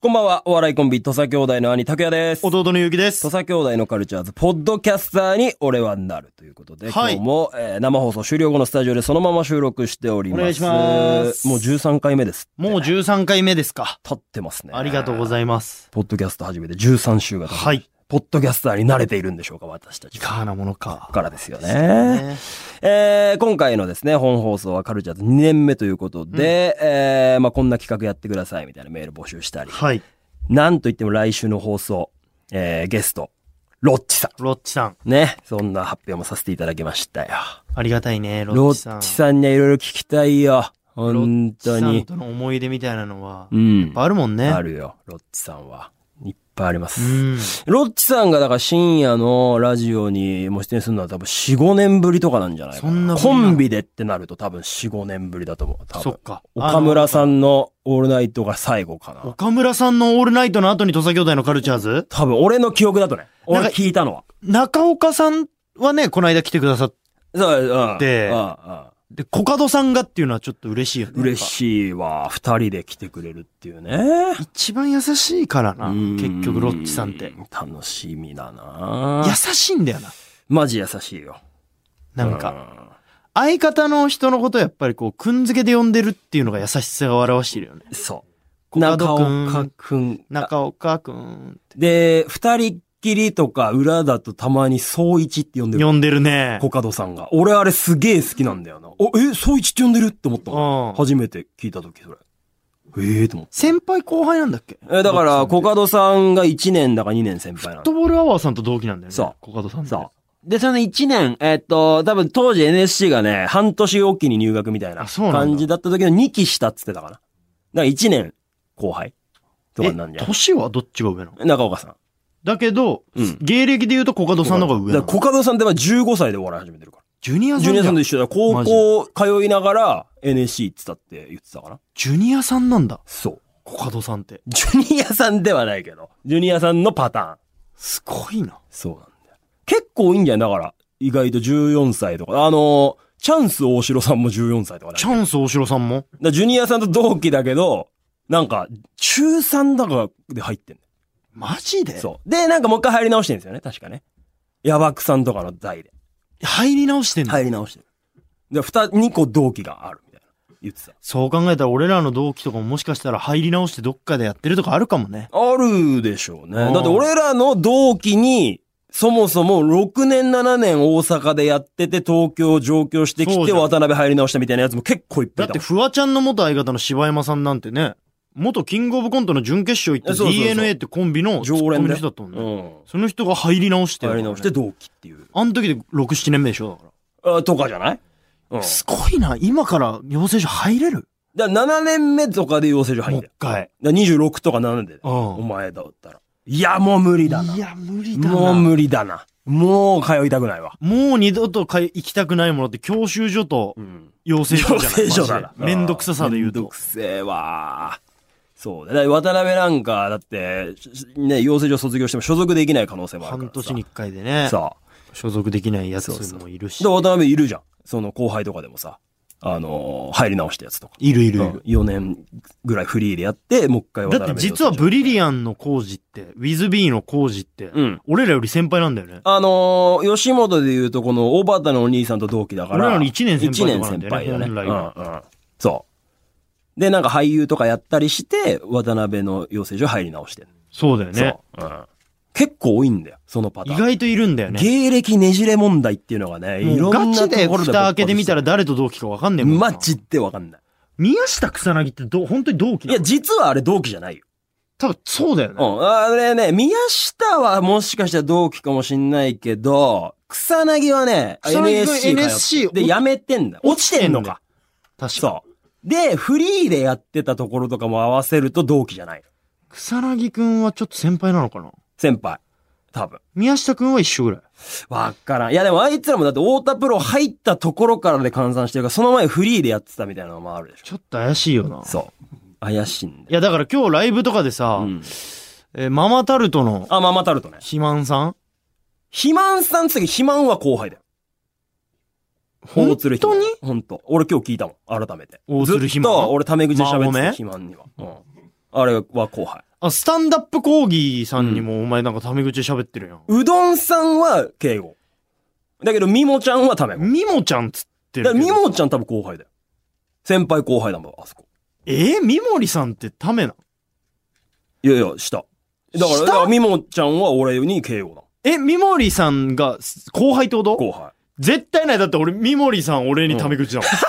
こんばんは、お笑いコンビ、土佐兄弟の兄、拓也です。土弟のゆうきです。佐兄弟のカルチャーズ、ポッドキャスターに俺はなるということで、はい今日も、えー生放送終了後のスタジオでそのまま収録しております。お願いしますもう13回目です。もう13回目ですか。経ってますね。ありがとうごます。ざいます。ポッドキャスト始めて13週が経って、はい。ポッドキャスターに慣れているんでしょうか、私たちいが。かがなものか。からですよね。ねえー今回のですね、本放送はカルチャーズ2年目ということで、えーまあこんな企画やってくださいみたいなメール募集したり、はい。なんといっても来週の放送、えーゲスト、ロッチさロッチさん。ん。ね、そんな発表もさせていただきましたよ。ありがたいね、ロロッチさッん。チさんにはいろいろ聞きたいよ。本当ロッチさんに。との思い出みたいなのは、ういっんぱい。あるもんね。あ。るよ、ロッチさんは。いっぱいありまうす。ん。ロッチさんがだから深夜のラジオにもう出演するのは多分4、5年ぶりとかなんじゃないかそんなぶりコなのンビでってなると多分4、5年ぶりだと思う。多そ分っか。岡村さん。んのオールナイトが最後かな。岡村さんのオールナイトの後に土佐兄弟のカルチャーズ多分俺の記憶だとね。なん俺か聞いたのは。中岡さんはね、この間来てくださっそう、うん。でうんうんて、コカドさんがっていうのはちょっと嬉しいよね。嬉い。しいわ。二人で来てくれるっていうね。一番優しいからな。うん結局、ロッチさんって。。楽しみだな優しいんだよな。マジ優しいよ。なんか。相方の人のことをやっぱりこう、くんづけで呼んでるっていうのが優しさを表してるよね。うん。そう。コカ中ド君岡くん。中岡くん。で、二人っきりとか裏だとたまに総一って呼んでる。呼んでるね。コカドさんが。俺あれすげえ好きなんだよな。お、え、総一って呼んでるって思ったのうん。初めて聞いた時それ。ええと思って。先輩後輩なんだっけえ、だから、ココカカドさんが1年だか2年先輩なフッのト。ボールアワーさんと同期なんだよね。そうコカドさんって。そう。で、その1年、えっと、多分当時 NSC がね、半年おきに入学みたいなあそうなんだ感じだった時の2期下っつってたかな。だから1年後輩とかえになんじゃ、年はどっちが上なのん。中岡さん。だけどうん、芸歴で言うとコカドさんの方が上だなのからコカドさんってまあ15歳でお笑い始めてるかジュニアら。さんジュニじゃん。アさんと一緒だ。高校通いながら NSC って言ったって言ってたかな。ジュニアさんなんだ。そう。コカドさんって。ジュニアさんではないけど、ジュニアさんのパターン。すごいな。そうなんだよ。結構いいんじゃないだから、意外と14歳とか。あのーチャンス大城さんも14歳とかだよチャンス大城さんもだからジュニアさんと同期だけど、なんか、中3だからで入ってんマジの。でそう。で、なんかもう一回入り直してんですよね、確かね。ヤバクさんとかの代で。入り直してんの入り直してる。で、二、二個同期があるみたいな。言ってた。そう考えたら俺らの同期とかももしかしたら入り直してどっかでやってるとかあるかもね。あるでしょうね。うんだって俺らの同期に、そもそも6年7年大阪でやってて東京上京してそきうてじゃん渡辺入り直したみたいなやつも結構いっぱいだいったてもんフワちゃんの元相方の柴山さんなんてね、元キングオブコントの準決勝行えっそうそたうそう DNA ってコンビのツッ常コ連ミでの人だったもんね。うん。その人が入り直してる入からね、り直して同期っていう。あの時で6、7年目でしょだから。あとかじゃないうん。だかすごいな。今から養成所入れるら7年目とかで養成所入もんうだ一よ。回。だから26とか7で。うおん。前だったら。いや、もう無理だな。いや、無理だな。もう無理だな。もう通いたくないわ。もう二度とか行きたくないものって教習所とん。養成所養じゃない成所だマなジ。めんどくささで言うめんどとく。せえわ。そうだ。だから渡辺なんか、だって、しね、養成所卒業しても所属できない可能性もあるから半さ。年に一回でね、さあ。所属できないやつそうそうもいるしで、。渡辺いるじゃん。その後輩とかでもさ、あのー入り直したやつとか。いるいるいる。 4年ぐらいフリーでやって、もう一回渡だ辺っのて実はブリリアンの工事って、ウィズビーの工事って、うん。俺らより先輩なんだよね。あのー吉本で言うと、この、小畑のお兄さんと同期だから。俺らの一年先輩とかなんだよね一年先輩だね。本来はうんうん。そう。で、なんか俳優とかやったりして、渡辺の養成所入り直してる。そうだよね。そう。うん。結構多いんだよ、そのパター意ン。外といるんだよね。芸歴ねじれ問題っていうのがね、いもろうんなところで勃ガチで発して蓋る。開けてみたら誰と同期かわかんねえもんな。マジでわかんない。宮下草薙ってど、本当に同期いなのや、実はあれ同期じゃないよ。多分そうだようね。ん。あれね、宮下はもしかしたら同期かもしんないけど、草薙はね、草薙君 NSC 通って NSC で、辞めてんだ。落ちてんのか。確かに。そう。で、フリーでやってたところとかも合わせると同期じゃない。草薙くんはちょっと先輩なのかな先輩。多分。宮下くんは一緒ぐらい。わからん。いやでもあいつらもだって太田プロ入ったところからで換算してるから、その前フリーでやってたみたいなのもあるでしょ。ちょっと怪しいよな。いそう。怪しいんだよ。や、だから今日ライブとかでさ、うん。えーママタルトのあ、ママタルトね。肥満さん肥満さん次、肥満は後輩だよ。本大鶴当肥に満本当。俺今日聞いたもん。改めて。大鶴肥満ずっと俺タメ口で喋ってまあたごめん肥満には。うん。あれは後輩。あ、スタンダップ講義さんにもお前なんかタメ口で喋ってるやん。うどんさんは敬語。だけど、みもちゃんはタメ語。ミモちゃんっつってだるからけど。みもちゃん多分後輩だよ。先輩後輩だもん、あそこ。えー、ミモリさんってタメなんいやいや、下。だから、下だからみもちゃんは俺に敬語だもえ、ミモリさんがす後輩ってことん後輩。絶対ない。だって俺、ミモリさん俺にタメ口だもん。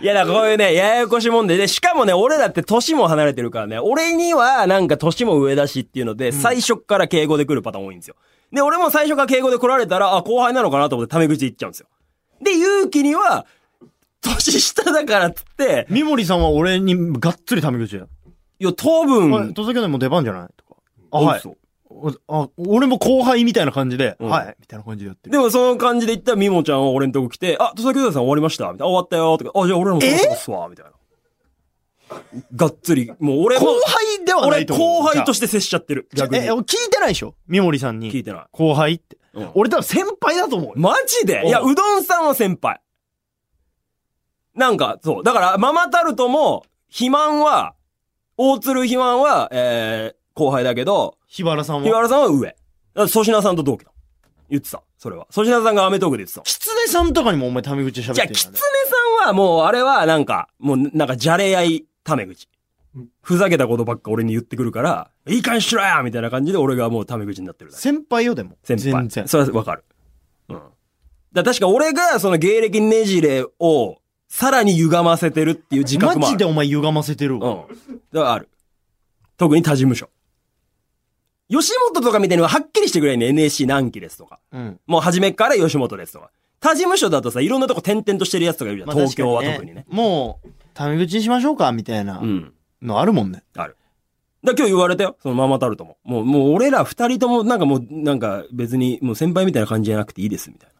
いや、だからこういうね、ややこしいもんで、で、しかもね、俺だって年も離れてるからね、俺にはなんか年も上だしっていうので、最初っから敬語で来るパターン多いんですよ。で、俺も最初から敬語で来られたら、あ、後輩なのかなと思ってタメ口で言っちゃうんですよ。で、勇気には、年下だからっつって、ミモリさんは俺にがっつりタメ口だよ。いや、多あれ、分、土佐兄弟もう出番じゃないとか。あ、はい。嘘おあ、俺も後輩みたいな感じで、うんはい。みたいな感じでやってる。でもその感じで言ったら、みもちゃんは俺のとこ来て、あ、戸崎大さん終わりましたみたいな。終わったよとか、あ、じゃあ俺らもそうそうっすわみたいな。がっつり、もう俺も後、輩ではな俺いと思後う。輩としして接しちゃってる。て。逆にえ、。聞いてないでしょミモリさん聞いに。てない。後輩って。うん俺多分先輩だと思うよ。マジでいや、おううどんさんは先輩。なんか、そう。だから、ママタルトも、肥満は、大鶴肥満は、えー、後輩だけど、日原さん日は。原さんは上。だから粗品さんと同期だ。言ってた。それは。粗品さんがアメトークで言ってた。キツネさんとかにもお前タメ口で喋っじてゃあ、るキツネさんは、もう、あれは、なんか、もう、なんか、じゃれ合い、タメ口。ふざけたことばっか俺に言ってくるから、いい感じしろやみたいな感じで俺がもうタメ口になってるだけ。先輩よ、でも。先輩。全然。それはわかる。うん。だから確か俺がその芸歴ねじれをさらに歪ませてるっていう自覚もマあジでる。お前歪ませてるわ。うん。だからある。特に他事務所。吉本とかみたいにははっきりしてくれんね。NSC 何期ですとか。うん。もう初めから吉本ですとか。他事務所だとさ、いろんなとこ転々としてるやつとかいるじゃん。まあ東京は特にね。もう、タメ口にしましょうかみたいなうん。のあるもんね。ある。だから今日言われたよ。そのママタルトも。もう、もう俺ら二人ともなんかもう、なんか別にもう先輩みたいな感じじゃなくていいですみたい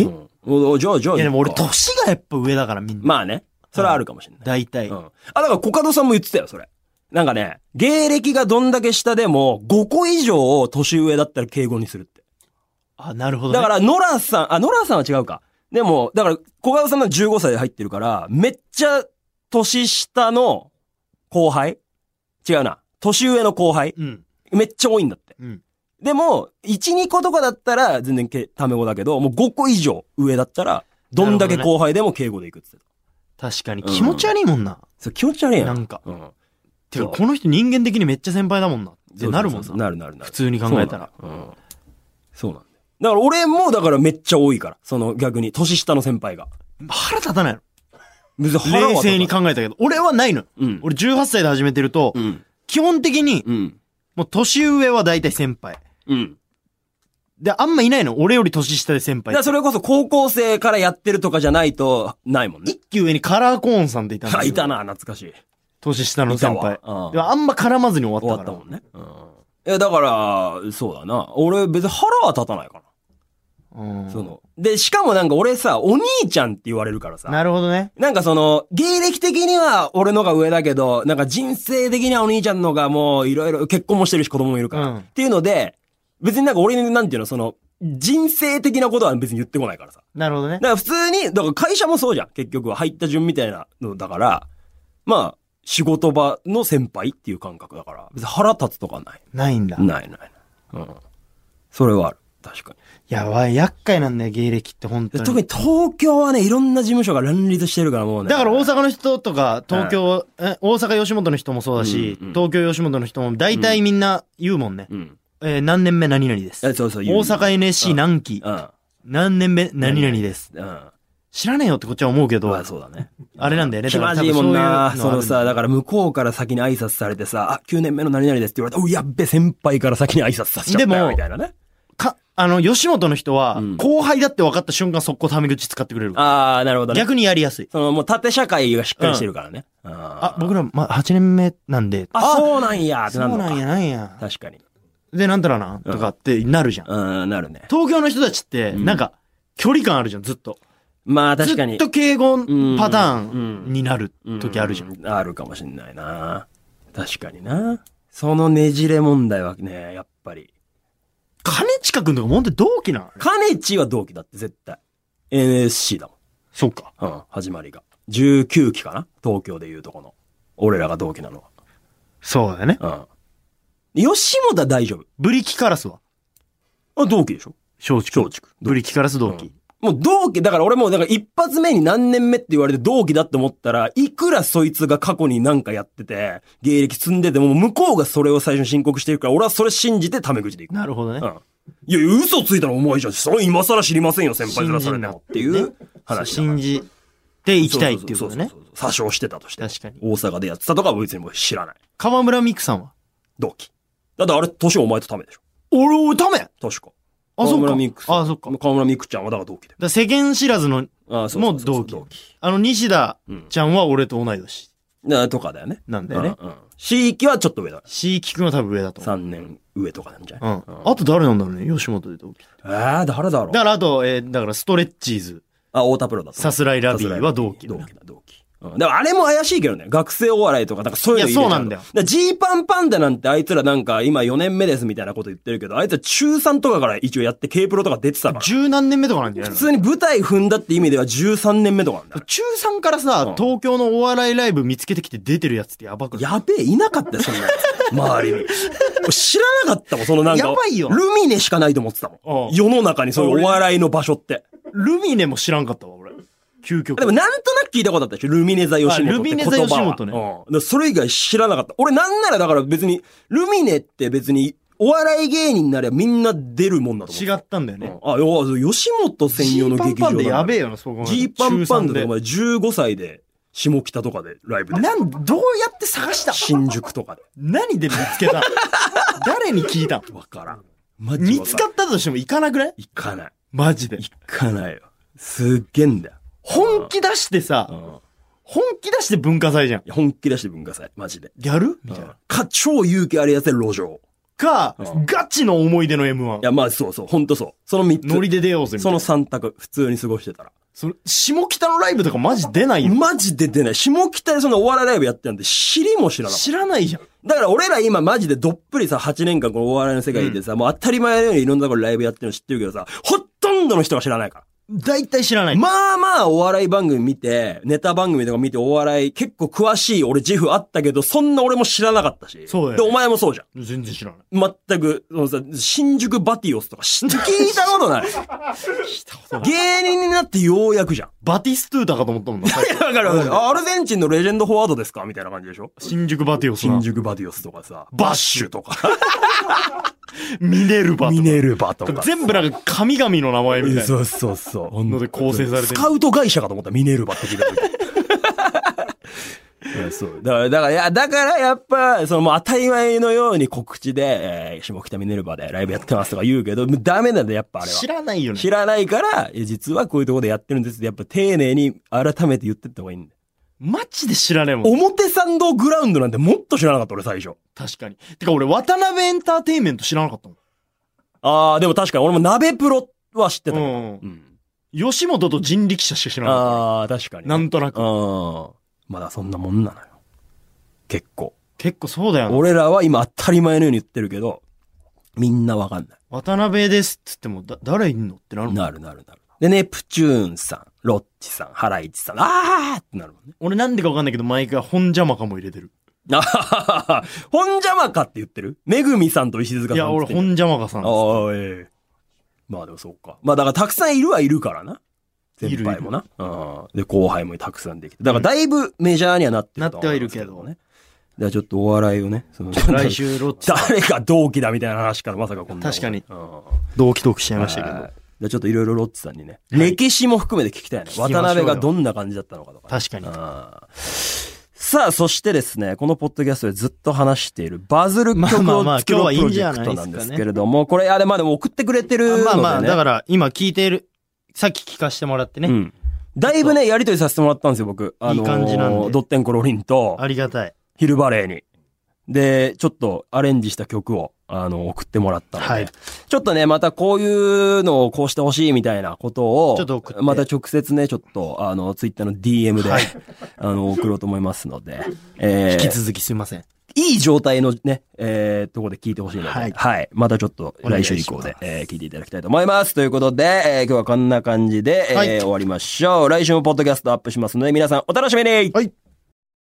えな。うん。おじゃあじゃあ。いやでも俺いいか年がやっぱ上だからみんな。まあね。それはあるかもしれない。大体。うん。あ、だからコカドさんも言ってたよ、それ。なんかね、芸歴がどんだけ下でも、5個以上を年上だったら敬語にするって。あ、なるほど、ね。だから、ノラさん、あ、ノラさんは違うか。でも、だから、コカドさんの15歳で入ってるから、めっちゃ、年下の後輩違うな。年上の後輩うん。めっちゃ多いんだって。うん。でも、1、2個とかだったら全然けタメ語だけど、もう5個以上上だったら、どんだけなるほど後輩でも敬語でいくって言ってた。確かにうん気持ち悪いもんな。そう気持ち悪いやん。なんか。うん。てか、そうこの人人間的にめっちゃ先輩だもんな。ってなるもんそうそうそうな。なるなるなる。普通に考えたら。そうなんだよ。うんそうなんだよ。だから俺もだからめっちゃ多いから。その逆に、年下の先輩が。腹立たないの。別に腹は冷静に考えたけど。俺はないの。うん。俺18歳で始めてると、うん。基本的に、うん。もう年上は大体先輩。うん。で、あんまいないの。俺より年下で先だ輩か。らそれこそ高校生からやってるとかじゃないと、ないもんね。一級上にカラーコーンさんっていたんだあけどいたな、懐かしい。年下の先輩い。たわうんでもあんま絡まずに終終わわったっかたらも。んね。うん。いや、だから、そうだな。俺別に腹は立たないかうんな。その。で、しかもなんか俺さ、お兄ちゃんって言われるからさ。なるほどね。なんかその、芸歴的には俺のが上だけど、なんか人生的にはお兄ちゃんのがもういろいろ結婚もしてるし子供もいるから。うんっていうので、別になんか俺になんていうの、その、人生的なことは別に言ってこないからさ。なるほどねだ。から普通に、だから会社もそうじゃん。結局は入った順みたいなのだから、まあ、仕事場の先輩っていう感覚だから、別に腹立つとかはない。ないんだ。ないないない。うん。それはある。確かに。やばい、厄介なんだよ、芸歴って本当でに。特に東京はね、いろんな事務所が乱立してるからもうね。だから大阪の人とか、東京、え大阪吉本の人もそうだし、うんうん東京吉本の人も大体みんな言うもんね。うん。えー何年目何々です。え大そうそう言う阪 NSC 何期、うん。何年目何々です。うん。知らねえよってこっちは思うけど、まああそうだ ね。れなんだよね。気まじいもんな。そのさ、だから向こうから先に挨拶されてさ、あ、9年目の何々ですって言われた。うやっべ、先輩から先に挨拶させちゃったでよ、もみたいなね。か、あの、吉本の人は、うん後輩だって分かった瞬間速攻タメ口使ってくれる。あー、なるほどね。逆にやりやすい。その、もう縦社会がしっかりしてるからね。ああ、僕ら、ま、8年目なんで。あ、そうなんやってそうなるのか。なんや、なんや。確かに。で、なんたらなんとかってなるじゃん。うん、なるね。東京の人たちって、なんか、距離感あるじゃん、ずっと。まあ確かに。ずっと敬語んパターンになる時あるじゃん。ん。あるかもしんないな。確かにな。そのねじれ問題はね、やっぱり。金近くんとかもんって同期なのカネチは同期だって、絶対。NSC だもん。そうか。うん、始まりが。19期かな東京でいうとこの。俺らが同期なのそうだね。は。うん。吉本は大丈ブリキカラスは夫。あ、同期でしょ松竹。松竹。ブリキカラス同期。もう同期、だから俺も、だから一発目に何年目って言われて同期だって思ったら、いくらそいつが過去になんかやってて、芸歴積んでても、向こうがそれを最初に申告してるから、俺はそれ信じてタメ口でいく。なるほどね。うん。いや、嘘ついたらお前じゃん。それ今更知りませんよ、先輩からそれでも。ってい信じんなう話だから。信じていきたいっていうことねそ。そそそう詐称してたとして。確かに大阪でやってたとかは別にもう知らない。河村美久さんは同期。だってあれ、年お前とためでしょ。俺、俺、ダメあ、確か。そ河っ村かミク。あ、そっか。だか河村ミクちゃんはだから同期で。ら世間知らずの、あそうそうそうそうもう同期同期。あの、西田うん。ちゃんは俺と同い年なとかだよね。なんだよね。うんうん。地域はちょっと上だ。椎木くんは多分上だと思う。 3年上とかなんじゃうないん。あと誰なんだろうね、吉本で同期。えー、誰だろうだ。からあと、えーだからストレッチーズ、あ、太田プロだと。さすらいラビーは同期だ同な。期だ、同期。うん。でもあれも怪しいけどね。学生お笑いとか、なんかそういうの入れちゃいやそうなんだよからジーパンパンダなんてあいつらなんか今4年目ですみたいなこと言ってるけど、あいつら中3とかから一応やって K プロとか出てたから。十何年目とかなんじゃない普の通に舞台踏んだって意味では13年目とかなんだよ。中3からさ、うん東京のお笑いライブ見つけてきて出てるやつってやばくないやべえ、いなかったよ、そんなやつ周りに。俺知らなかったもん、そのなんか。やばいよルミネしかないと思ってたもうん。ん世の中にそういうお笑いの場所って。ルミネも知らんかったわ、俺。究極。でもなんとなく聞いたことあったでしょルミネ座吉本って言葉は。あルミネ座吉本うん。ねだからそれ以外知らなかった。俺なんならだから別に、ルミネって別に、お笑い芸人になればみんな出るもんだと思って違ったんだよた。ね。うんあ、要は吉本専用の劇場ジーパンパンでやべええ。よな、そこジーパンパンダででお前15歳で、下北とかでライブで。なん、どうやって探した新宿とかで。何で見つけた の誰に聞いたのわからん。マジわからん見つかったとしても行かなくない行かない。マジで。行かないよ。すっげえんだよ。本気出してうさ、ん。本気出して文化祭じゃんい。や本気出して文化祭、マジで。ギャルみうたいんな。か、超勇気あるやつで路上。かう、ガチの思い出のい M1。や、まあそうそう、ほんとそう。その三つ。ノリで出ようぜ、みたそいな。の三択、普通に過ごしてたら。その、下北のライブとかマジ出ないよ。マジで出ない。下北でそんなお笑いライブやってなんて知りも知らなかっ知らないじゃん。た。だから俺ら今マジでどっぷりさ、8年間このお笑いの世界でさ、もう当たり前のようにいろんなところライブやってるの知ってるけどさ、ほとんどの人が知らないから。大体知らない。 まあまあお笑い番組見て、ネタ番組とか見てお笑い結構詳しい俺自負あったけど、そんな俺も知らなかったし。そうだよで、お前もそうじゃん。全然知らない。全く、そのさ、新宿バティオスと か知って聞いたことない。芸人になってようやくじゃん。バティストゥータかと思ったもん な。いやわかるわかる。 あアルゼンチンのレジェンドフォワードですかみたいな感じでしょ新宿バティオスな新。宿バティオスとかさ、バッシュとか、 ミネルバとミか。ネルバとか。全部なんか神々の名前みたいな。そうそうそう。ので構成されてスるカウト会社かと思った、ミネルバ って聞いた時。いやそう。だから、だから、いや、だからやっぱ、そのもう当たり前のように告知で、えー、下北ミネルバでライブやってますとか言うけど、ダメなんだよ、やっぱあれは知。らないよね知。らないから、え実はこういうところでやってるんですってやっぱ丁寧に改めて言ってった方がいいんだよ。マジで知らねえもん。表参道グラウンドなんてもっと知らなかった、俺最初。確かに。てか俺、渡辺エンターテインメント知らなかったもん。ああ、でも確かに俺も鍋プロは知ってたけど。うんうん。吉本と人力車しか知らなかっああ、確かた。に。なんとなく。うん。まだそんなもんなのよ。結構。結構そうだよな。俺らは今当たり前のように言ってるけど、みんなわかんない。渡辺ですっつっても、だ、誰いんのってなるもん。なるなるなる。で、ネプチューンさん、ロッチさん、ハライチさん、あーってなるもんね。 俺なんでかわかんないけど、毎回本邪魔かも入れてる。あははは。本邪魔かって言ってるめぐみさんと石塚さんいや、俺って本邪魔かさん。ああ、ええまあでもそうか。まあだからたくさんいるはいるからな。い先る輩もな。うんで、後輩もたくさんできて。だからだいぶメジャーにはなってるとは思うんですなってね。じゃあちょっとお笑いをね、その、来週ロッチさん 誰が同期だみたいな話からまさかこんなこと。確かにうん。 同期同期しちゃいままししたたけけどど。。じゃあちょっといろいろロッチさんにね、はい歴史も含めて聞きたいね。聞きましょうよ渡辺がどんな感じだったのかとかね。確かに。あーさあ、そしてですね、このポッドキャストでずっと話しているバズる曲まあまあまをあ作ろうプロジェ今ク日はいいんじトなゃないですかねんですけれども、これ、あれまあでも送ってくれてるので、ね。まあまあ、だから今聞いてる、さっき聞かせてもらってね。うん。だいぶね、やりとりさせてもらったんですよ、僕。あのーいい感じなんでドッテンコロリンと、ありがたい。ヒルバレーに。で、ちょっとアレンジした曲を、あの、送ってもらったので、はいちょっとね、またこういうのをこうしてほしいみたいなことを、ちょっと送ってまた直接ね、ちょっと、あの、ツイッターの DM で、はいあの、送ろうと思いますので、え引ーき続きすいません。いい状態のね、えー、とこで聞いてほしいので、ははいい。またちょっと来週以降で、えー、聞いていただきたいと思います。ということで、えー、今日はこんな感じで、えーはい終わりましょう。来週もポッドキャストアップしますので、皆さんお楽しみにはい。